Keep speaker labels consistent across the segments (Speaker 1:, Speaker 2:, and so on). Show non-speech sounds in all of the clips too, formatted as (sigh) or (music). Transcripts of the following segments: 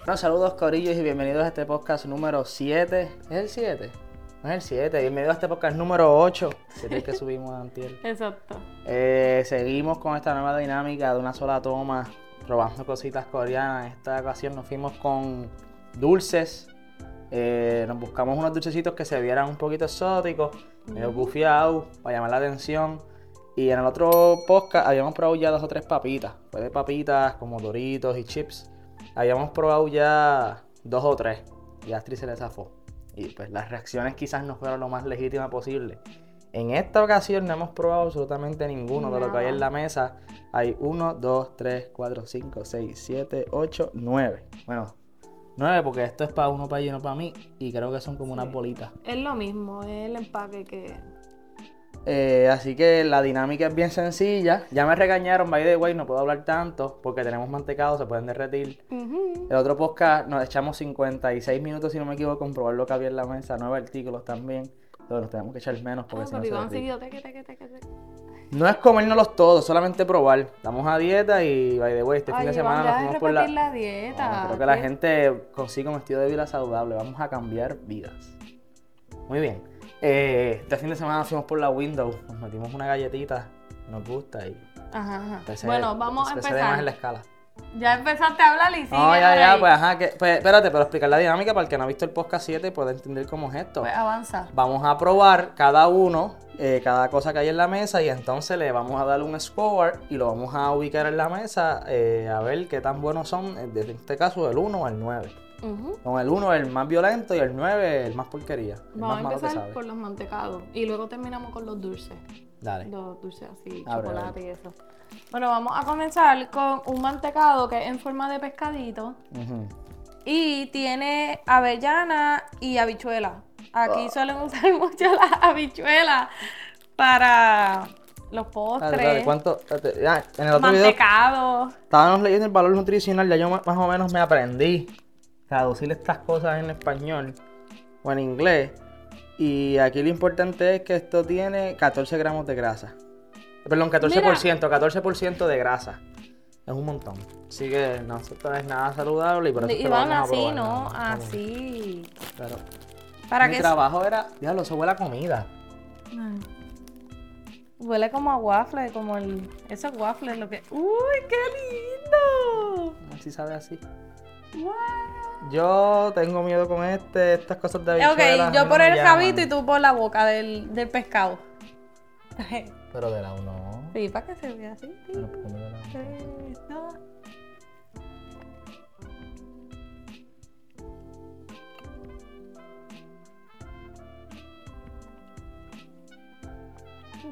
Speaker 1: Bueno, saludos Corillos y bienvenidos a este podcast número 7. ¿Es el 7? No es el 7. Bienvenidos a este podcast número 8, que es el que subimos
Speaker 2: (laughs)
Speaker 1: antier.
Speaker 2: Exacto.
Speaker 1: Eh, seguimos con esta nueva dinámica de una sola toma, probando cositas coreanas. En esta ocasión nos fuimos con dulces. Eh, nos buscamos unos dulcecitos que se vieran un poquito exóticos, medio bufiados, para llamar la atención. Y en el otro podcast habíamos probado ya dos o tres papitas. Fue de papitas como doritos y chips. Habíamos probado ya dos o tres. Y a Astrid se le zafó. Y pues las reacciones quizás no fueron lo más legítimas posible. En esta ocasión no hemos probado absolutamente ninguno de lo que hay en la mesa. Hay 1, 2, 3, 4, 5, 6, 7, 8, 9. Bueno, 9 porque esto es para uno, para y uno, para mí. Y creo que son como unas bolitas.
Speaker 2: Es lo mismo, es el empaque que.
Speaker 1: Eh, así que la dinámica es bien sencilla. Ya me regañaron, by the way, no puedo hablar tanto porque tenemos mantecado, se pueden derretir.
Speaker 2: Ujú.
Speaker 1: El otro podcast nos echamos 56 minutos, si no me equivoco, en probar lo que había en la mesa, nueve artículos también. Entonces nos tenemos que echar menos porque
Speaker 2: Ah,
Speaker 1: si no
Speaker 2: pero
Speaker 1: se
Speaker 2: iban
Speaker 1: derrite.
Speaker 2: seguido. teque, teque, teque, teque.
Speaker 1: No es comérnoslos todos, solamente probar. Estamos a dieta y, by the way, este fin
Speaker 2: Ay,
Speaker 1: de
Speaker 2: Iván,
Speaker 1: semana
Speaker 2: ya
Speaker 1: nos
Speaker 2: de
Speaker 1: fuimos por la...
Speaker 2: repetir la dieta.
Speaker 1: No, creo que la
Speaker 2: ¿qué?
Speaker 1: gente consiga un estilo de vida saludable. Vamos a cambiar vidas. Muy bien. Eh, este fin de semana fuimos por la window, nos metimos una galletita, nos gusta y
Speaker 2: Ajá, ajá.
Speaker 1: empecé-
Speaker 2: Bueno, vamos a
Speaker 1: empecé de más en la
Speaker 2: empezar.
Speaker 1: escala.
Speaker 2: Ya empezaste a hablar y sigue.
Speaker 1: no, ya,
Speaker 2: por
Speaker 1: ya,
Speaker 2: ahí.
Speaker 1: pues ajá, que, pues, espérate, pero explicar la dinámica para el que no ha visto el podcast 7 y pueda entender cómo es esto.
Speaker 2: Pues avanza.
Speaker 1: Vamos a probar cada uno, eh, cada cosa que hay en la mesa y entonces le vamos a dar un score y lo vamos a ubicar en la mesa eh, a ver qué tan buenos son, eh, desde este caso del 1 al 9.
Speaker 2: Ujú.
Speaker 1: Con el 1 el más violento y el 9 el más porquería. El
Speaker 2: Vamos a
Speaker 1: más malo que
Speaker 2: empezar
Speaker 1: sabe.
Speaker 2: por los mantecados y luego terminamos con los dulces.
Speaker 1: Dale.
Speaker 2: Los dulces así,
Speaker 1: Abre,
Speaker 2: chocolate y eso. Bueno, vamos a comenzar con un mantecado que es en forma de pescadito.
Speaker 1: Ujú.
Speaker 2: Y tiene avellana y habichuela. Aquí suelen usar (laughs) mucho las habichuelas para
Speaker 1: Dale,
Speaker 2: los postres,
Speaker 1: Ah, dale, ¿cuánto? Espérate, ah, en el otro video
Speaker 2: mantecados.
Speaker 1: estábamos leyendo el valor nutricional, ya yo ma- más o menos me aprendí traducir estas cosas en español o en inglés. Y aquí lo importante es que esto tiene 14 gramos de grasa. Perdón, 14%, 14% de grasa. Es un montón. Así que no, esto no es nada saludable y por eso es
Speaker 2: Y
Speaker 1: que lo
Speaker 2: van
Speaker 1: vamos a
Speaker 2: así,
Speaker 1: probar,
Speaker 2: ¿no?
Speaker 1: está bien.
Speaker 2: Así.
Speaker 1: Pero
Speaker 2: Para
Speaker 1: mi
Speaker 2: que
Speaker 1: trabajo era, diablo, eso huele a comida.
Speaker 2: Ay. Huele como a waffle, como el. Esos waffles, lo que. ¡Uy, qué lindo!
Speaker 1: Así sabe así.
Speaker 2: Wow.
Speaker 1: Yo tengo miedo con este, estas cosas de habichuelas, a
Speaker 2: Ok,
Speaker 1: mí
Speaker 2: yo
Speaker 1: no
Speaker 2: por
Speaker 1: me
Speaker 2: el
Speaker 1: llaman.
Speaker 2: cabito y tú por la boca del, del pescado. (laughs)
Speaker 1: Pero de lado no.
Speaker 2: sí, para que se vea así.
Speaker 1: Pero ¿por qué no de lado?
Speaker 2: Eso.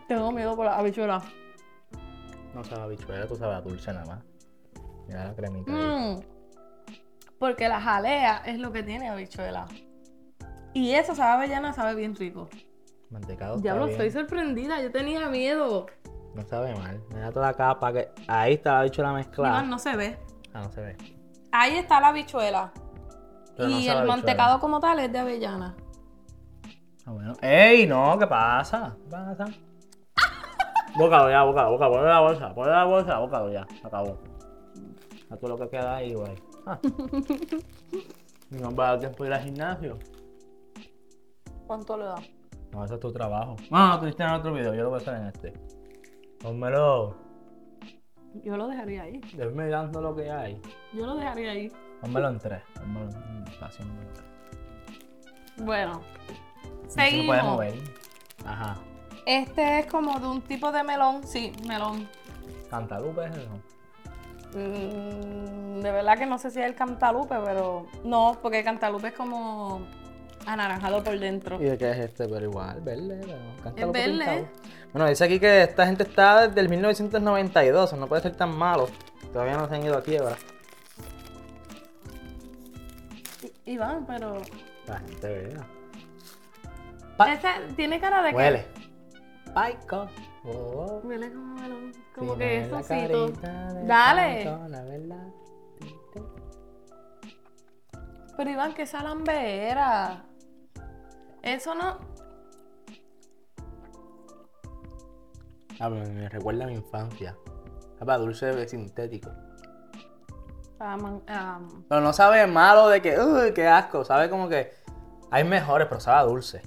Speaker 2: Tengo miedo por la habichuela.
Speaker 1: No sabe a bichuela, tú sabes a dulce nada más. Mira la cremita. ahí.
Speaker 2: Mm, porque la jalea es lo que tiene habichuela. Y eso sabe a avellana, sabe bien rico.
Speaker 1: Mantecado.
Speaker 2: Ya
Speaker 1: está
Speaker 2: lo
Speaker 1: bien.
Speaker 2: estoy sorprendida, yo tenía miedo.
Speaker 1: No sabe mal. Mira toda la capa que. Ahí está la habichuela mezclada.
Speaker 2: Iván, no se ve.
Speaker 1: Ah, no se ve.
Speaker 2: Ahí está la habichuela.
Speaker 1: Pero no sabe
Speaker 2: y
Speaker 1: a
Speaker 2: el
Speaker 1: habichuela.
Speaker 2: mantecado como tal es de avellana.
Speaker 1: Ah, bueno. ¡Ey! No, ¿qué pasa? ¿Qué
Speaker 2: (laughs)
Speaker 1: pasa? bócalo ya, bócalo, bócalo. Ponle la bolsa, ponle la bolsa, bócalo ya. Se acabó. A todo lo que queda ahí, güey.
Speaker 2: (laughs)
Speaker 1: Ah. Y no va a dar tiempo de ir al gimnasio.
Speaker 2: ¿Cuánto le da?
Speaker 1: No, ese es tu trabajo. Ah, No, tú hiciste en otro video, yo lo voy a hacer en este. Pónmelo,
Speaker 2: Yo lo dejaría ahí.
Speaker 1: estoy mirando lo que hay.
Speaker 2: Yo lo dejaría ahí.
Speaker 1: Pónmelo en tres. Pónmelo en espacio número tres.
Speaker 2: Bueno.
Speaker 1: No se puede
Speaker 2: Seguimos.
Speaker 1: mover. Ajá.
Speaker 2: Este es como de un tipo de melón. Sí, melón.
Speaker 1: Cantalupe es eso.
Speaker 2: Mm, de verdad que no sé si es el cantalupe, pero. No, porque el cantalupe es como anaranjado por dentro.
Speaker 1: ¿Y de qué es este? Pero igual, verde, pero cantalupe
Speaker 2: Es verde.
Speaker 1: pintado. Bueno, dice aquí que esta gente está desde el 1992, o sea, no puede ser tan malo. Todavía no se han ido a quiebra.
Speaker 2: Iván, pero.
Speaker 1: La gente vea. Pa-
Speaker 2: Este tiene cara de que.
Speaker 1: Huele. Paico. Oh, oh.
Speaker 2: Huele como melón. Como
Speaker 1: Si
Speaker 2: que
Speaker 1: no
Speaker 2: es
Speaker 1: la
Speaker 2: sucito.
Speaker 1: carita de
Speaker 2: Dale.
Speaker 1: Paico, la verdad, ti, ti.
Speaker 2: Pero Iván, qué salambera. Eso no.
Speaker 1: Ah, me, me recuerda a mi infancia. Estaba dulce de sintético.
Speaker 2: Ah, man- am,
Speaker 1: Pero no sabe malo de que, uy, qué asco. Sabe como que hay mejores, pero sabe a dulce.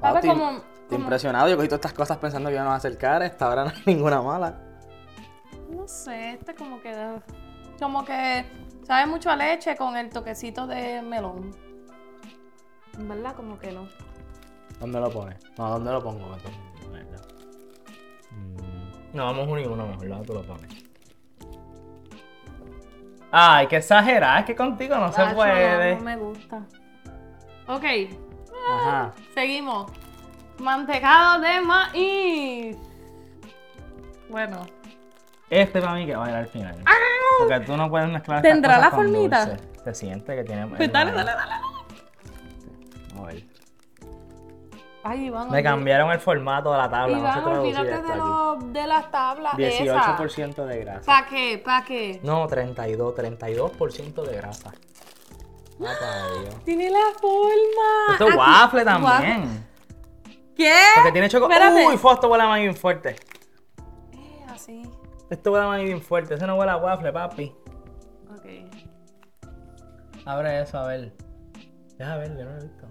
Speaker 2: Sabe
Speaker 1: Wow, te-
Speaker 2: como-
Speaker 1: te
Speaker 2: como-
Speaker 1: impresionado. Yo cogí todas estas cosas pensando que iban a acercar. Hasta ahora no hay (laughs) ninguna mala.
Speaker 2: no sé, este como que. da- Como que sabe mucho a leche con el toquecito de melón. En verdad, como que no.
Speaker 1: ¿Dónde lo pones? No, ¿dónde lo pongo? Mierda. Mm, No, vamos uno y uno mejor. ¿Dónde tú lo pones? Ay, qué exagerada. Es que contigo no
Speaker 2: Tacho,
Speaker 1: se
Speaker 2: no,
Speaker 1: puede.
Speaker 2: No, me gusta. Ok,
Speaker 1: Ajá.
Speaker 2: seguimos. Mantecado de maíz. Bueno,
Speaker 1: Este para mí que va a ir al final. Porque tú no puedes mezclar. estas
Speaker 2: ¿Tendrá
Speaker 1: cosas
Speaker 2: la
Speaker 1: con
Speaker 2: formita?
Speaker 1: dulce. Se siente que tiene.
Speaker 2: pues dale, dale, dale.
Speaker 1: A ver.
Speaker 2: Ay, Iván,
Speaker 1: Me cambiaron el formato de la tabla. No se
Speaker 2: Iván,
Speaker 1: traducía
Speaker 2: olvídate
Speaker 1: esto
Speaker 2: de,
Speaker 1: aquí.
Speaker 2: los- de las tablas esas.
Speaker 1: 18% de grasa.
Speaker 2: ¿Para qué? ¿Para qué?
Speaker 1: No, 32, 32% de grasa. Mata de Dios.
Speaker 2: Tiene la forma.
Speaker 1: Esto es
Speaker 2: Ah, Aquí-
Speaker 1: waffle también.
Speaker 2: ¿Qué?
Speaker 1: Porque tiene chocolate.
Speaker 2: Espérate.
Speaker 1: Uy, fue, esto huele a maíz bien fuerte.
Speaker 2: Eh, así.
Speaker 1: Esto huele a maíz bien fuerte. Ese no huele a waffle, papi.
Speaker 2: Ok.
Speaker 1: Abre eso, a ver. Deja ver, yo no lo he visto.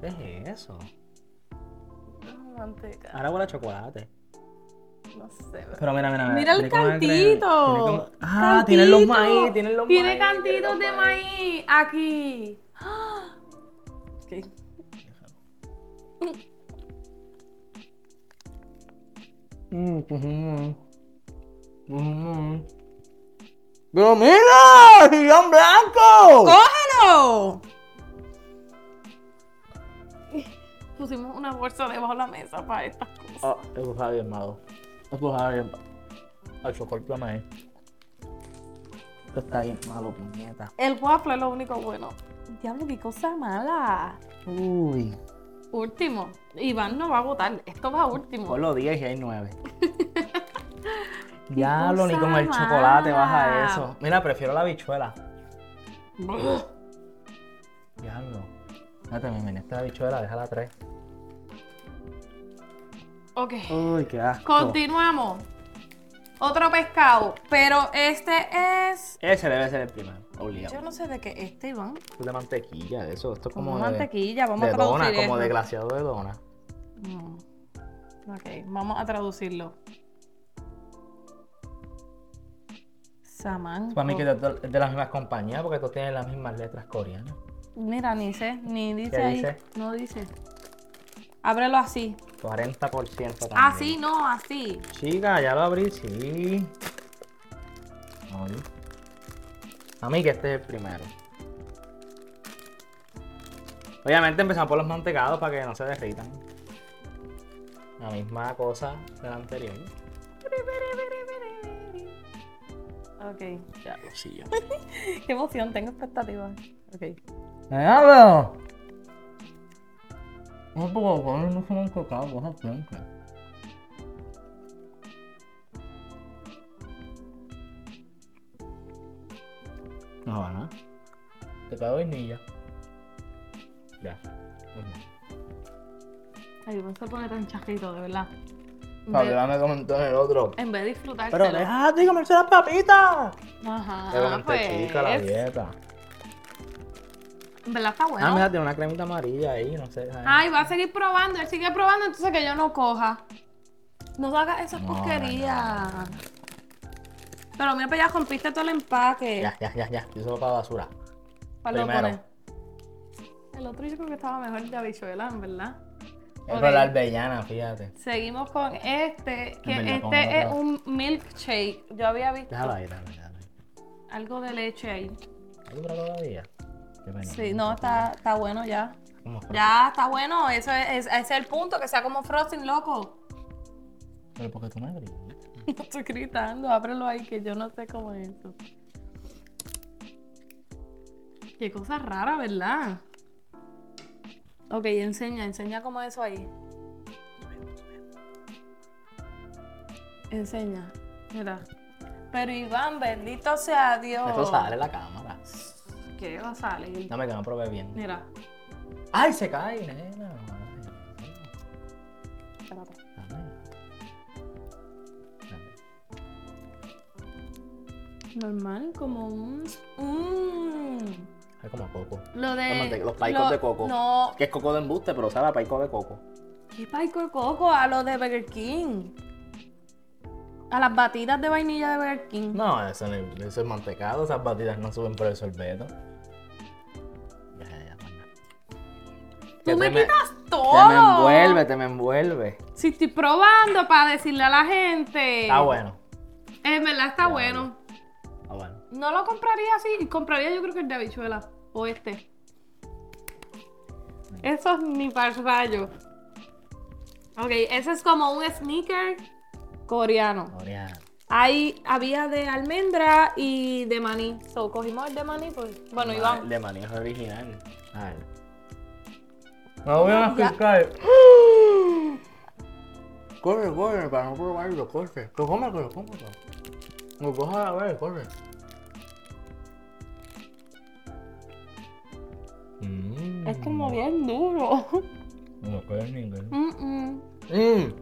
Speaker 1: ¿Qué es eso?
Speaker 2: Ah, Manteca.
Speaker 1: Ahora huele a chocolate.
Speaker 2: No sé. bro.
Speaker 1: Pero mira, mira, mira.
Speaker 2: Mira el
Speaker 1: cómo es
Speaker 2: cantito.
Speaker 1: tiene como- Ah, tienen los
Speaker 2: Cantito.
Speaker 1: maíz, tienen los
Speaker 2: Tiene
Speaker 1: maíz.
Speaker 2: cantitos
Speaker 1: los
Speaker 2: de maíz (gasps) aquí. Ah. Ok.
Speaker 1: Mm, ujú. Ujú. Pero mira, sillón blanco.
Speaker 2: ¡Cógelo! (laughs) Pusimos una bolsa debajo de la mesa para estas cosas.
Speaker 1: Ah, eso sabe bien malo. Eso sabe bien Al chocolate de maíz. Esto está bien malo, puñeta.
Speaker 2: El waffle es lo único bueno. Diablo, qué cosa mala.
Speaker 1: Uy.
Speaker 2: Último. Iván no va a votar. Esto va último.
Speaker 1: Con los 10 y hay
Speaker 2: (laughs)
Speaker 1: 9. Diablo, ni
Speaker 2: cosa
Speaker 1: con el chocolate baja
Speaker 2: mala.
Speaker 1: eso. Mira, prefiero la bichuela.
Speaker 2: Brr.
Speaker 1: Diablo. Ah, Espérate, me meneste la bichuela, déjala 3.
Speaker 2: Ok.
Speaker 1: Uy, qué asco.
Speaker 2: Continuamos. Otro pescado. Pero este es.
Speaker 1: Ese debe ser el primero, obligado.
Speaker 2: Yo no sé de qué es este, Iván.
Speaker 1: Esto es de mantequilla, de eso. Esto es
Speaker 2: Como
Speaker 1: como de,
Speaker 2: mantequilla. Vamos
Speaker 1: de
Speaker 2: a traducir.
Speaker 1: dona, como de
Speaker 2: esto.
Speaker 1: glaseado de dona.
Speaker 2: Mm. Ok, vamos a traducirlo. Saman.
Speaker 1: Para mí que es de, de las mismas compañías, porque todos tienen las mismas letras coreanas.
Speaker 2: Mira, ni sé, ni dice ahí.
Speaker 1: dice?
Speaker 2: No dice. Ábrelo así.
Speaker 1: 40% también.
Speaker 2: Así, no, así.
Speaker 1: Chica, ya lo abrí, sí. Ay. A mí que este es el primero. Obviamente empezamos por los mantecados para que no se derritan. La misma cosa del anterior.
Speaker 2: Ok.
Speaker 1: Ya, lo sí,
Speaker 2: (laughs) Qué emoción, tengo expectativas. Ok.
Speaker 1: ¡Nada! No puedo comer, no son cocados, cosas blancas. No va nada. Te cago vainilla. Ya.
Speaker 2: Ay, vos se pone tan chajito, de verdad. En
Speaker 1: Papi,
Speaker 2: vez,
Speaker 1: dame comentó en el otro.
Speaker 2: en vez de disfrutárselo.
Speaker 1: Pero déjate de comerse las papitas. Pero
Speaker 2: Ajá,
Speaker 1: con
Speaker 2: pues.
Speaker 1: mantequilla, la dieta.
Speaker 2: En verdad está bueno.
Speaker 1: Ah, mira, tiene una cremita amarilla ahí, no sé. ¿sabes?
Speaker 2: Ay, va a seguir probando, él sigue probando, entonces que yo no coja. No hagas esas
Speaker 1: No,
Speaker 2: porquerías. Pero mira, pues ya rompiste todo el empaque.
Speaker 1: Ya, ya, ya, ya. Yo solo para basura.
Speaker 2: ¿Cuál lo
Speaker 1: primero.
Speaker 2: pones? El otro yo creo que estaba mejor el de habichuela, en verdad.
Speaker 1: Es
Speaker 2: Ok.
Speaker 1: para la albellana, fíjate.
Speaker 2: Seguimos con este, que
Speaker 1: verdad, con
Speaker 2: este es
Speaker 1: otro.
Speaker 2: un milkshake. Yo había visto
Speaker 1: Déjala ahí, déjala, déjala ahí.
Speaker 2: algo de leche ahí.
Speaker 1: ¿Has comprado todavía? Qué pena.
Speaker 2: Sí, no, está, está bueno ya.
Speaker 1: ¿Cómo fue?
Speaker 2: Ya está bueno, eso es, es- ese es el punto, que sea como frosting, loco. (laughs)
Speaker 1: Pero porque tú me abriste.
Speaker 2: No estoy gritando, ábrelo ahí, que yo no sé cómo es eso. Qué cosa rara, ¿verdad? Ok, enseña, enseña cómo es eso ahí. Enseña, mira. Pero Iván, bendito sea Dios.
Speaker 1: Eso sale en la cámara.
Speaker 2: ¿Qué va a salir?
Speaker 1: Dame que no probé bien.
Speaker 2: Mira,
Speaker 1: ¡Ay, se cae, nena!
Speaker 2: espérate.
Speaker 1: Ay, dame. Dame.
Speaker 2: Normal, como un. un-
Speaker 1: Es como coco.
Speaker 2: Lo de.
Speaker 1: Los mante- los paicos
Speaker 2: lo-
Speaker 1: de coco.
Speaker 2: No.
Speaker 1: Que es coco de embuste, pero sabe a paico de coco.
Speaker 2: ¿Qué paico de coco? A lo de Burger King. A las batidas de vainilla de Burger King.
Speaker 1: No, eso, no- eso es mantecado, esas batidas no suben por el sorbeto. Ya, ya, pana.
Speaker 2: Tú
Speaker 1: Que
Speaker 2: me
Speaker 1: te me-
Speaker 2: quitas todo.
Speaker 1: Te me envuelve, te me envuelve.
Speaker 2: Si estoy probando para decirle a la gente. Eh,
Speaker 1: Está bueno.
Speaker 2: En verdad está bueno.
Speaker 1: Está bueno.
Speaker 2: No lo compraría así. Compraría yo creo que el de habichuela. O este. Esos ni para el rayo. Ok, ese es como un sneaker coreano.
Speaker 1: Coreano.
Speaker 2: Ahí había de almendra y de maní. So, cogimos el de maní, pues. Bueno,
Speaker 1: Ma-
Speaker 2: Iván.
Speaker 1: De maní es original. A ver. No voy a picar. (gasps) Corre, corre, para no probarlo, corre. Pero cómelo, cómelo. No coja a ver, corre. Mmm.
Speaker 2: Es como bien duro.
Speaker 1: No creo en ningún.
Speaker 2: Mm, mm.
Speaker 1: Mmm.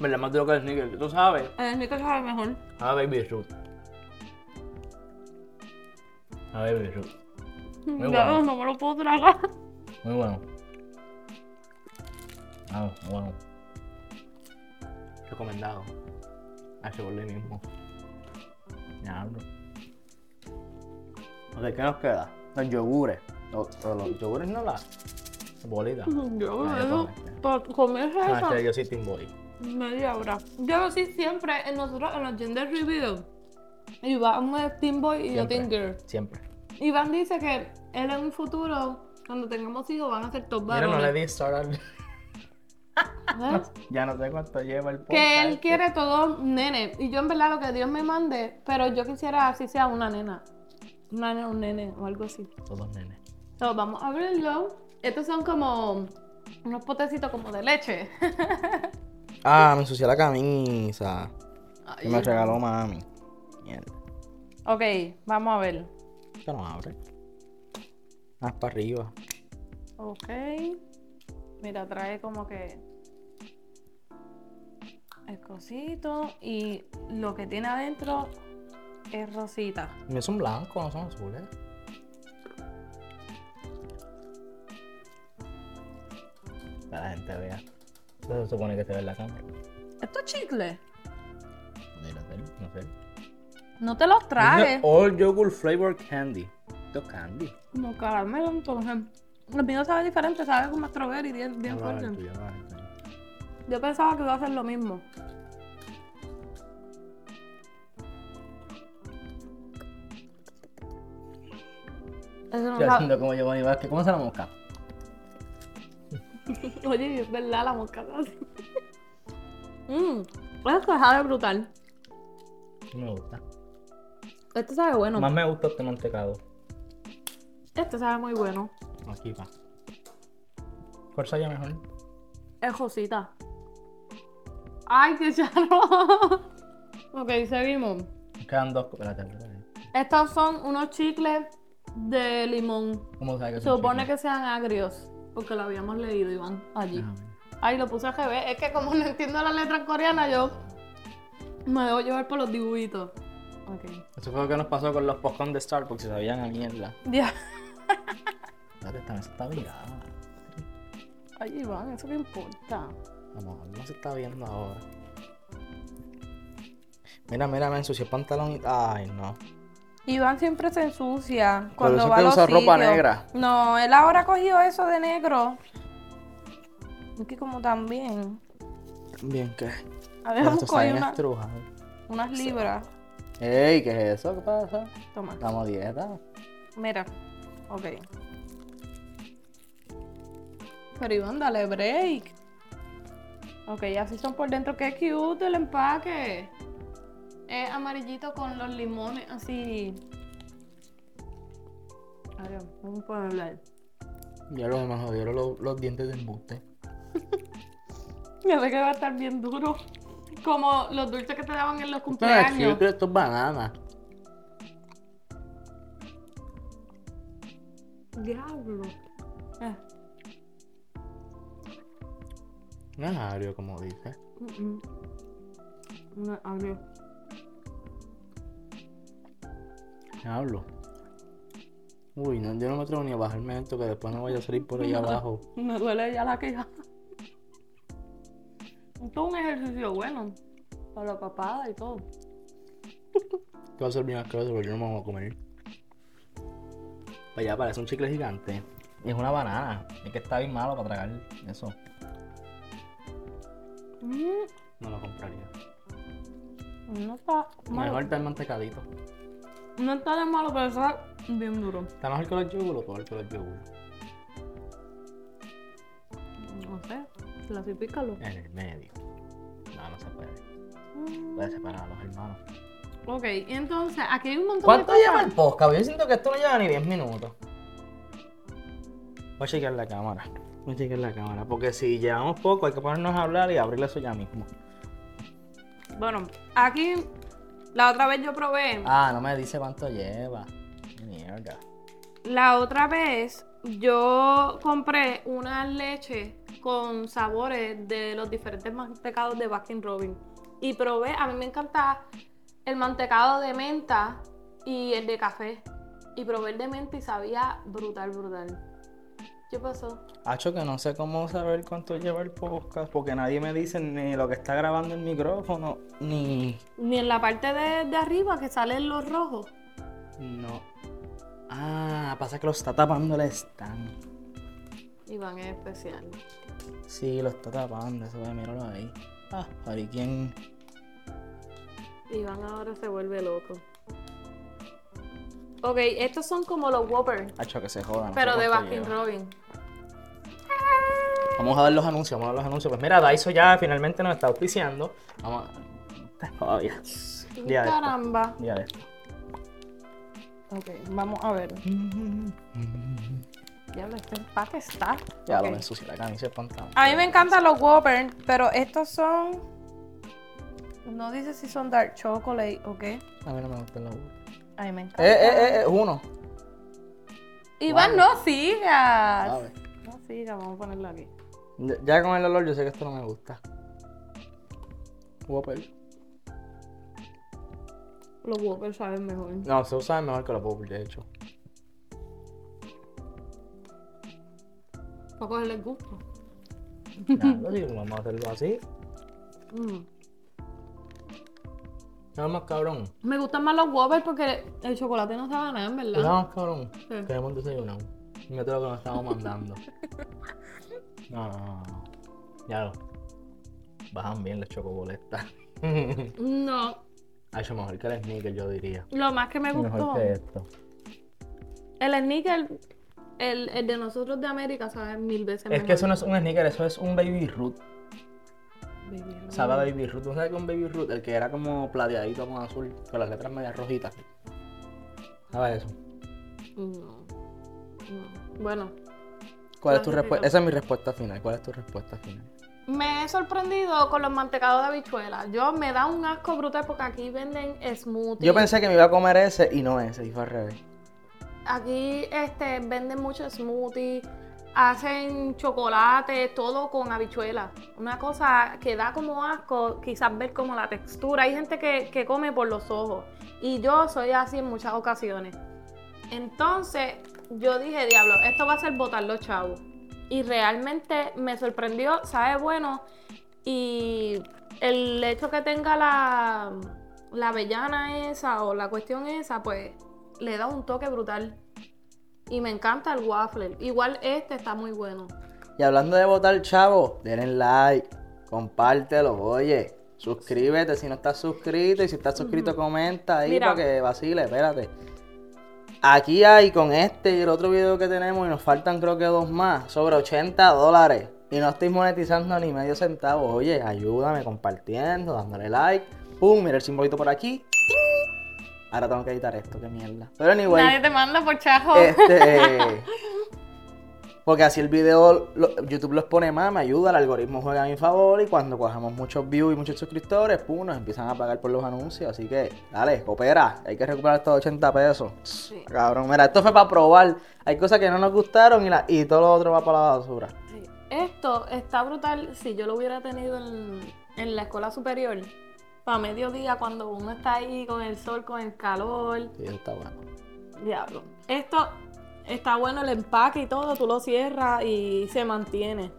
Speaker 1: Me la más duro que el sneaker. Tú sabes.
Speaker 2: El sneaker sabe mejor.
Speaker 1: A Ah, baby shoot. A Ah, baby shoot. Muy
Speaker 2: Ya,
Speaker 1: bueno.
Speaker 2: No me lo puedo tragar. (laughs)
Speaker 1: Muy bueno. Ah, bueno. Recomendado. Hace por mismo. Ya hablo. O sea, ¿qué nos queda? Los yogures. O, o los yogures no las. Bolitas.
Speaker 2: Yo
Speaker 1: Ah, ya
Speaker 2: eso,
Speaker 1: comiste.
Speaker 2: para comer
Speaker 1: Ah,
Speaker 2: eso,
Speaker 1: este, yo soy Team Body.
Speaker 2: media hora. Yo sí siempre, en nosotros, en los gender review, Iván es Team Boy y
Speaker 1: Siempre.
Speaker 2: yo Team Girl.
Speaker 1: Siempre.
Speaker 2: Iván dice que él en un futuro, cuando tengamos hijos, van a ser top
Speaker 1: Mira, no le
Speaker 2: varones.
Speaker 1: di start al-
Speaker 2: ¿eh?
Speaker 1: (laughs) Ya no sé cuánto lleva el podcast.
Speaker 2: Que él quiere todo nene. Y yo en verdad lo que Dios me mande, pero yo quisiera así sea una nena. Una nena, un nene o algo así.
Speaker 1: Todos nenes.
Speaker 2: So, vamos a abrirlo. Estos son como unos potecitos como de leche. (laughs)
Speaker 1: Ah, me ensucié la camisa.
Speaker 2: Ay.
Speaker 1: Que me regaló mami. Mierda.
Speaker 2: ok, vamos a ver.
Speaker 1: Esto no abre. Más para arriba.
Speaker 2: Ok. Mira, trae como que el cosito y lo que tiene adentro es rosita.
Speaker 1: No son blancos, no son azules. Para la gente vea. Eso se supone que se ve en la cámara.
Speaker 2: ¿Esto es chicle?
Speaker 1: Mira, no sé.
Speaker 2: No te los traes.
Speaker 1: All yogurt flavor candy. Esto es candy.
Speaker 2: Como caramelo, entonces. El mío sabe diferente, sabe como a strawberry, bien, bien
Speaker 1: Ah,
Speaker 2: fuerte.
Speaker 1: el tuyo, ah, el tuyo.
Speaker 2: Yo pensaba que iba a hacer lo mismo. Eso no
Speaker 1: Estoy
Speaker 2: sabe-
Speaker 1: haciendo como Giovanni Vázquez. ¿Cómo se la mosca?
Speaker 2: (laughs) Oye, y es verdad la mosca está así. (laughs) Mmm, esto sabe brutal.
Speaker 1: No me gusta.
Speaker 2: Este sabe bueno.
Speaker 1: Más me gusta este mantecado.
Speaker 2: Este sabe muy bueno.
Speaker 1: Aquí va. ¿Cuál sabía mejor?
Speaker 2: Es Josita. Ay, qué charro. (laughs) ok, seguimos.
Speaker 1: Quedan dos. Espérate, espérate.
Speaker 2: Estos son unos chicles de limón.
Speaker 1: ¿Cómo sabes que
Speaker 2: Se supone que sean agrios, porque lo habíamos leído, Iván, allí. Ay, lo puse a GB. Es que como no entiendo las letras coreanas, yo me debo llevar por los dibujitos. Ok.
Speaker 1: Eso fue lo que nos pasó con los postcons de Starbucks, se sabían a mierda.
Speaker 2: Ya.
Speaker 1: Date, esta mesa está virada.
Speaker 2: (laughs) Ay, Iván, ¿eso qué importa?
Speaker 1: Vamos, no se está viendo ahora. Mira, mira, me ensucié el pantalón y... Ay, no.
Speaker 2: Iván siempre se ensucia cuando
Speaker 1: eso es
Speaker 2: va
Speaker 1: que
Speaker 2: a los
Speaker 1: usa ropa
Speaker 2: sitios.
Speaker 1: negra.
Speaker 2: No, él ahora cogió eso de negro. Es que como también.
Speaker 1: Bien, ¿qué?
Speaker 2: Habíamos cogido una-
Speaker 1: estrujado.
Speaker 2: unas libras.
Speaker 1: Ey, ¿qué es eso? ¿Qué pasa?
Speaker 2: Toma.
Speaker 1: Estamos a dieta.
Speaker 2: Mira, ok. Pero Iván, dale break. Ok, así son por dentro. Qué cute el empaque. Es amarillito con los limones así. A ver, vamos a hablar.
Speaker 1: Ya lo me jodieron los, los dientes de embuste.
Speaker 2: Ya sé que va a estar bien duro. Como los dulces que te daban en
Speaker 1: Esto no
Speaker 2: los
Speaker 1: es
Speaker 2: cumpleaños.
Speaker 1: cute, esto es banana.
Speaker 2: Diablo. Eh,
Speaker 1: No es agrio, como dice.
Speaker 2: mm, mm. No, abrió.
Speaker 1: Diablo. Uy, no, yo no me atrevo ni a bajarme esto que después no vaya a salir por allá abajo.
Speaker 2: Me duele ya la queja. Todo un ejercicio bueno. Para la papada y todo.
Speaker 1: Que va a ser bien asqueroso porque yo no me voy a comer. Para allá Pues parece un chicle gigante. Y es una banana. Es que está bien malo para tragar eso.
Speaker 2: Mm,
Speaker 1: No lo compraría.
Speaker 2: no está malo.
Speaker 1: Mejor está el mantecadito.
Speaker 2: No está de malo, pero está bien duro.
Speaker 1: ¿Está mejor que los yogur o peor que los yogur?
Speaker 2: No sé. Clasifícalo.
Speaker 1: En el medio. No, no se puede.
Speaker 2: Mm,
Speaker 1: Puede separar a los hermanos.
Speaker 2: Ok, y entonces aquí hay un montón
Speaker 1: ¿Cuánto
Speaker 2: de cosas.
Speaker 1: lleva el podcast? Yo siento que esto no lleva ni 10 minutos. Voy a chequear la cámara. Voy a chequear la cámara. Porque si llevamos poco, hay que ponernos a hablar y abrirle eso ya mismo.
Speaker 2: Bueno, aquí la otra vez yo probé.
Speaker 1: Ah, no me dice cuánto lleva. Mierda.
Speaker 2: La otra vez yo compré una leche con sabores de los diferentes mantecados de Baskin Robin. Y probé, a mí me encanta el mantecado de menta y el de café. Y probé el de menta y sabía brutal, brutal. ¿Qué pasó?
Speaker 1: Hacho, que no sé cómo saber cuánto lleva el podcast. Porque nadie me dice ni lo que está grabando el micrófono, ni.
Speaker 2: Ni en la parte de, de arriba que salen los rojos.
Speaker 1: No. Ah, pasa que lo está tapando el stand.
Speaker 2: Iván es especial.
Speaker 1: Sí, lo está tapando. Eso, ve, míralo ahí. Ah, ahí quién.
Speaker 2: Iván ahora se vuelve loco. Ok, estos son como los Whoppers,
Speaker 1: Hacho, que se jodan.
Speaker 2: pero de Baskin Robin.
Speaker 1: Vamos a ver los anuncios, vamos a ver los anuncios. Pues mira, Daiso ya finalmente nos está auspiciando. Vamos a... Todavía. Día de esto,
Speaker 2: Caramba.
Speaker 1: día de esto.
Speaker 2: Ok, vamos a ver. Ya lo este empaque está.
Speaker 1: Ya
Speaker 2: Ok.
Speaker 1: lo me ensucié la camisa y el pantalón.
Speaker 2: A mí me encantan los Whoppers, pero estos son. No dice si son dark chocolate o qué.
Speaker 1: A mí no me gustan los... Eh,
Speaker 2: A mí me encanta.
Speaker 1: eh, eh, eh, uno.
Speaker 2: Iván, no sigas.
Speaker 1: A ver.
Speaker 2: No sigas, vamos a ponerlo aquí.
Speaker 1: Ya- Ya con el olor yo sé que esto no me gusta. Whopper.
Speaker 2: Los Whoppers saben mejor.
Speaker 1: No, se usa mejor que los Whopper, de
Speaker 2: (laughs)
Speaker 1: hecho.
Speaker 2: Para cogerle el gusto.
Speaker 1: Ya, lo digo, vamos a hacerlo así.
Speaker 2: Mm.
Speaker 1: Nada más cabrón.
Speaker 2: Me gustan más los Whoppers porque el chocolate no sabe a nada, en verdad.
Speaker 1: Nada más cabrón.
Speaker 2: Sí.
Speaker 1: Queremos desayunar. Mira todo lo que nos estamos
Speaker 2: (laughs)
Speaker 1: mandando. No, no, no, no. Ya lo. Bajan bien las
Speaker 2: (laughs)
Speaker 1: chocoboletas. Ha
Speaker 2: No,
Speaker 1: hecho mejor que el sneaker, yo diría.
Speaker 2: lo más que me gustó.
Speaker 1: Mejor que esto.
Speaker 2: El sneaker, el, el de nosotros de América, sabe mil veces
Speaker 1: Es
Speaker 2: mejor.
Speaker 1: que eso no es un sneaker, eso es un baby root.
Speaker 2: Baby, no.
Speaker 1: Sabe a baby root. ¿Tú sabes qué es un baby root? El que era como plateadito con azul, con las letras medias rojitas. ¿Sabes eso?
Speaker 2: No. No. Mm, Bueno,
Speaker 1: ¿Cuál es tu respuesta?
Speaker 2: Claro, rico.
Speaker 1: Esa es mi respuesta final. ¿Cuál es tu respuesta final?
Speaker 2: me he sorprendido con los mantecados de habichuela. Yo me da un asco brutal porque aquí venden smoothies.
Speaker 1: Yo pensé que me iba a comer ese y no ese, y fue al revés.
Speaker 2: Aquí este, venden mucho smoothie, hacen chocolate, todo con habichuela. Una cosa que da como asco, quizás ver como la textura. Hay gente que, que come por los ojos. Y yo soy así en muchas ocasiones. Entonces, yo dije, diablo, esto va a ser botar los chavos. Y realmente me sorprendió, sabe bueno. Y el hecho que tenga la, la avellana esa o la cuestión esa, pues le da un toque brutal. Y me encanta el waffle. Igual este está muy bueno.
Speaker 1: Y hablando de votar, chavo, denle like, compártelo, oye, suscríbete si no estás suscrito y si estás suscrito comenta ahí
Speaker 2: Mira.
Speaker 1: para que vacile, espérate. Aquí hay con este y el otro video que tenemos y nos faltan creo que dos más, sobre 80 dólares. Y no estoy monetizando ni medio centavo. Oye, ayúdame compartiendo, dándole like. Pum, mira el simbolito por aquí. ¡Ting! Ahora tengo que editar esto, qué mierda. Pero anyway.
Speaker 2: te manda por chajo.
Speaker 1: Este, porque así el video, lo- YouTube los pone más, me ayuda, el algoritmo juega a mi favor y cuando cojamos muchos views y muchos suscriptores, pum, nos empiezan a pagar por los anuncios. Así que, dale, coopera, hay que recuperar estos 80 pesos.
Speaker 2: Sí,
Speaker 1: Cabrón, mira, esto fue para probar. Hay cosas que no nos gustaron y, la- y todo lo otro va para la basura.
Speaker 2: sí. Esto está brutal. Si yo lo hubiera tenido en, en la escuela superior, para mediodía, cuando uno está ahí con el sol, con el calor,
Speaker 1: Y eso está bueno.
Speaker 2: Diablo. Esto está bueno el empaque y todo, tú lo cierras y se mantiene.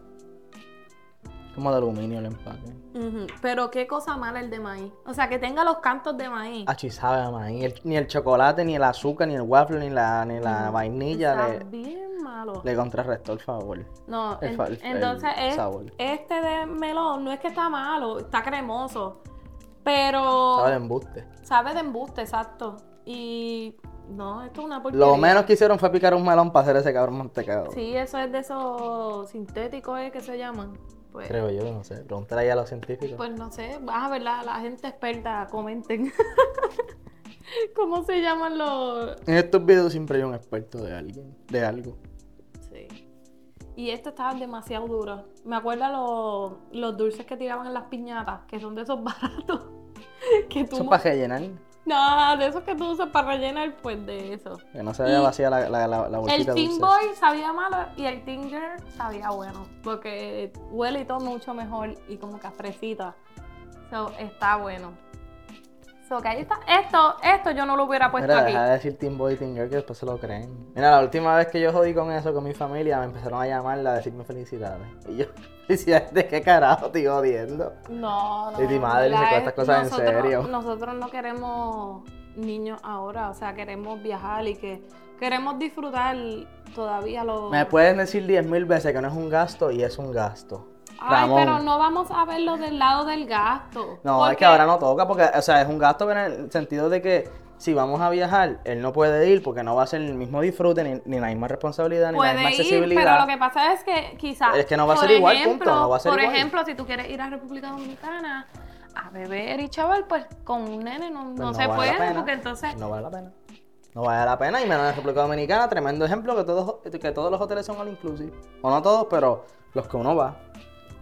Speaker 1: Como de aluminio el empaque.
Speaker 2: Ujú, Pero qué cosa mala el de maíz. O sea, que tenga los cantos de maíz.
Speaker 1: Ah, sí, sabe a maíz. El- ni el chocolate, ni el azúcar, ni el waffle, ni la, ni la vainilla le,
Speaker 2: Está bien malo.
Speaker 1: le contrarrestó el favor.
Speaker 2: No,
Speaker 1: el
Speaker 2: en-
Speaker 1: fa- el-
Speaker 2: entonces
Speaker 1: el
Speaker 2: es-
Speaker 1: sabor.
Speaker 2: este de melón no es que está malo, está cremoso. Pero
Speaker 1: Sabe
Speaker 2: sabe,
Speaker 1: de embuste.
Speaker 2: de embuste, exacto. Y no, esto es una porquería.
Speaker 1: Lo menos que hicieron fue picar un melón para hacer ese cabrón mantecado.
Speaker 2: Sí, eso es de esos sintéticos ¿eh? que se llaman. Pues,
Speaker 1: Creo yo, no sé. Pregúntale ahí a los científicos.
Speaker 2: pues no sé, vas a ver la, la gente experta, comenten. (laughs) ¿Cómo se llaman los...?
Speaker 1: En estos videos siempre hay un experto de alguien, de algo.
Speaker 2: Sí. Y estos estaban demasiado duros. Me acuerdo a los, los dulces que tiraban en las piñatas, que son de esos (laughs) baratos. Que
Speaker 1: Eso
Speaker 2: tú
Speaker 1: es
Speaker 2: mo-
Speaker 1: para rellenar,
Speaker 2: No, de esos que tú usas para rellenar, pues de eso.
Speaker 1: que no se vea
Speaker 2: Y
Speaker 1: vacía la, la, la, la
Speaker 2: El
Speaker 1: bolsita
Speaker 2: Teen
Speaker 1: dulce.
Speaker 2: Boy sabía malo y el Teen Girl sabía bueno. Porque huele y todo mucho mejor y como que a fresita. So, está bueno. So, que ahí está. Esto, esto yo no lo hubiera puesto
Speaker 1: Mira,
Speaker 2: aquí.
Speaker 1: deja de decir Team Boy y Team Girl que después se lo creen. Mira, la última vez que yo jodí con eso con mi familia, me empezaron a llamarla a decirme felicidades. Y yo, (laughs) felicidades, ¿de qué carajo te iba jodiendo?
Speaker 2: No, no.
Speaker 1: Y mi madre
Speaker 2: ¿verdad?
Speaker 1: se cuenta
Speaker 2: Es-
Speaker 1: cosas en
Speaker 2: nosotros-
Speaker 1: serio.
Speaker 2: Nosotros no queremos niños ahora, o sea, queremos viajar y que queremos disfrutar todavía los.
Speaker 1: Me pueden decir 10.000 veces que no es un gasto y es un gasto.
Speaker 2: Ay,
Speaker 1: Ramón.
Speaker 2: pero no vamos a verlo del lado del gasto.
Speaker 1: No, es que
Speaker 2: porque-
Speaker 1: ahora no toca porque, o sea, es un gasto en el sentido de que si vamos a viajar, él no puede ir porque no va a ser el mismo disfrute, ni, ni la misma responsabilidad, ni la misma
Speaker 2: Puede ir,
Speaker 1: accesibilidad.
Speaker 2: pero lo que pasa es que quizás.
Speaker 1: Es que no va a ser igual, punto, no va a ser
Speaker 2: por
Speaker 1: igual.
Speaker 2: ejemplo, si tú quieres ir a República Dominicana a beber y chaval, pues con un nene no, no
Speaker 1: Pues vale
Speaker 2: se
Speaker 1: la
Speaker 2: puede,
Speaker 1: pena,
Speaker 2: porque entonces.
Speaker 1: No vale la pena. No vale la pena, y menos en República Dominicana, tremendo ejemplo que todos, que todos los hoteles son all inclusive. O no todos, pero los que uno va.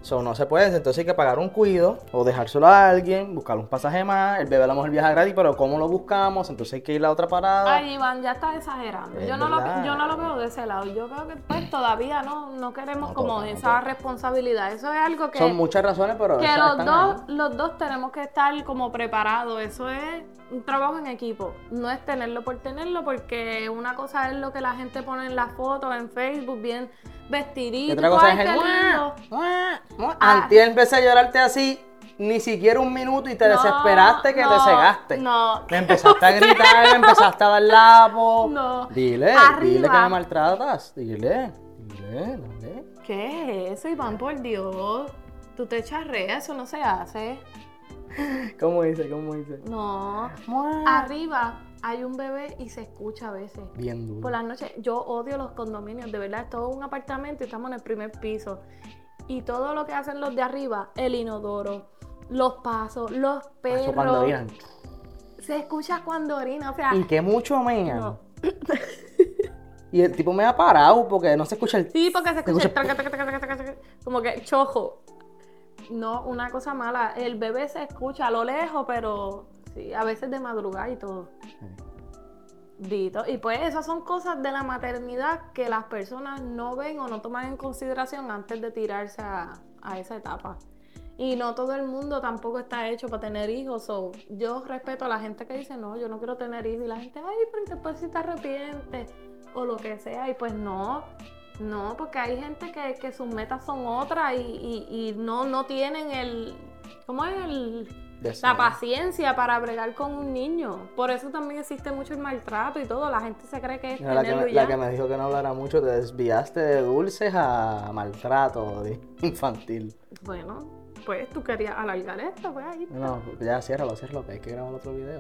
Speaker 1: Eso no se puede, entonces hay que pagar un cuido o dejárselo a alguien, buscar un pasaje más, el bebé a lo mejor viaja gratis, pero ¿cómo lo buscamos? Entonces hay que ir a otra parada.
Speaker 2: Ay, Iván, ya estás exagerando.
Speaker 1: Es
Speaker 2: Yo no, lo,
Speaker 1: verdad.
Speaker 2: yo no lo veo de ese lado. Yo creo que pues, todavía no, no queremos
Speaker 1: No
Speaker 2: como
Speaker 1: toca, no
Speaker 2: esa
Speaker 1: toca.
Speaker 2: responsabilidad. Eso es algo que,
Speaker 1: Son muchas razones, pero
Speaker 2: que
Speaker 1: esas
Speaker 2: los,
Speaker 1: están
Speaker 2: dos,
Speaker 1: ahí.
Speaker 2: los dos tenemos que estar como preparados. Eso es un trabajo en equipo. No es tenerlo por tenerlo, porque una cosa es lo que la gente pone en las fotos, en Facebook, bien
Speaker 1: Y
Speaker 2: vestidito.
Speaker 1: otra cosa
Speaker 2: ay,
Speaker 1: es el...
Speaker 2: qué lindo.
Speaker 1: "Mua, mua".
Speaker 2: Ah.
Speaker 1: Antier empecé a llorarte así, ni siquiera un minuto, y te
Speaker 2: No,
Speaker 1: desesperaste que te
Speaker 2: no,
Speaker 1: cegaste.
Speaker 2: No,
Speaker 1: Me empezaste a gritar, me empezaste a dar lapo.
Speaker 2: No.
Speaker 1: Dile, dile que
Speaker 2: Arriba.
Speaker 1: me maltratas. Dile, dile, dile.
Speaker 2: ¿qué es eso, Iván? Por Dios. Tú te charreas, eso no se hace.
Speaker 1: ¿Cómo dice? ¿Cómo dice?
Speaker 2: No.
Speaker 1: Mua.
Speaker 2: Arriba hay un bebé y se escucha a veces.
Speaker 1: Bien duro.
Speaker 2: Por las noches, yo odio los condominios, de verdad, es todo un apartamento y estamos en el primer piso. Y todo lo que hacen los de arriba, el inodoro, los pasos, los
Speaker 1: Eso
Speaker 2: perros.
Speaker 1: cuando miran.
Speaker 2: Se escucha cuando orina, o sea,
Speaker 1: Y que mucho mean.
Speaker 2: Ah. no.
Speaker 1: Y el tipo me ha parado porque no se escucha el.
Speaker 2: Sí, porque se
Speaker 1: Se
Speaker 2: escucha el
Speaker 1: escucha-
Speaker 2: traca, traca, traca, traca, traca, como que chojo. No, una cosa mala, el bebé se escucha a lo lejos, pero sí, a veces de madrugada y todo. Dito. Y pues esas son cosas de la maternidad que las personas no ven o no toman en consideración antes de tirarse a, a esa etapa. Y no todo el mundo tampoco está hecho para tener hijos. o yo respeto a la gente que dice, no, yo no quiero tener hijos. Y la gente, ay, pero después si te arrepientes o lo que sea. Y pues no, no, porque hay gente que, que sus metas son otras y, y- y no, no tienen el... ¿Cómo es el...? la
Speaker 1: Deseo.
Speaker 2: paciencia para bregar con un niño. Por eso también existe mucho el maltrato y todo. La gente se cree que es
Speaker 1: Mira, la, que
Speaker 2: tenerlo
Speaker 1: me,
Speaker 2: ya.
Speaker 1: la que me dijo que no hablara mucho, te desviaste de dulces a maltrato de- (laughs) infantil.
Speaker 2: Bueno, pues tú querías alargar esto, pues ahí.
Speaker 1: No, ya ciérralo, ciérralo, que hay que grabar otro video.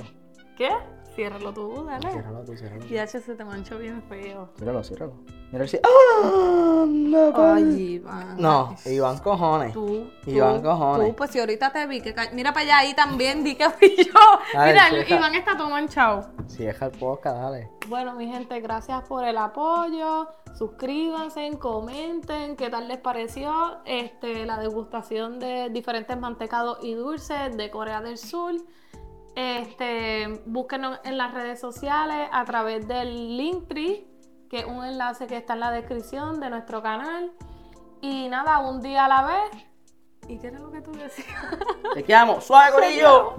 Speaker 2: ¿Qué? Ciérralo tú, dale.
Speaker 1: Ciérralo tú, ciérralo. tú.
Speaker 2: Y H se te manchó bien feo.
Speaker 1: Míralo, ciérralo. Mira si. ¡Ah! anda pa'l-
Speaker 2: Ay, Iván.
Speaker 1: No, Iván cojones.
Speaker 2: Tú,
Speaker 1: Iván,
Speaker 2: tú,
Speaker 1: cojones.
Speaker 2: Tú, pues si ahorita te vi que ca- Mira para allá ahí también, di que fui yo.
Speaker 1: Ay,
Speaker 2: Mira,
Speaker 1: chica.
Speaker 2: Iván está todo manchado.
Speaker 1: Si deja el podcast, dale.
Speaker 2: Bueno, mi gente, gracias por el apoyo. Suscríbanse, comenten qué tal les pareció este, la degustación de diferentes mantecados y dulces de Corea del Sur. Este, búsquenos en las redes sociales a través del Linktree, que es un enlace que está en la descripción de nuestro canal. Y nada, un día a la vez. ¿Y qué era lo que tú decías?
Speaker 1: Te quedamos, suave, corillo.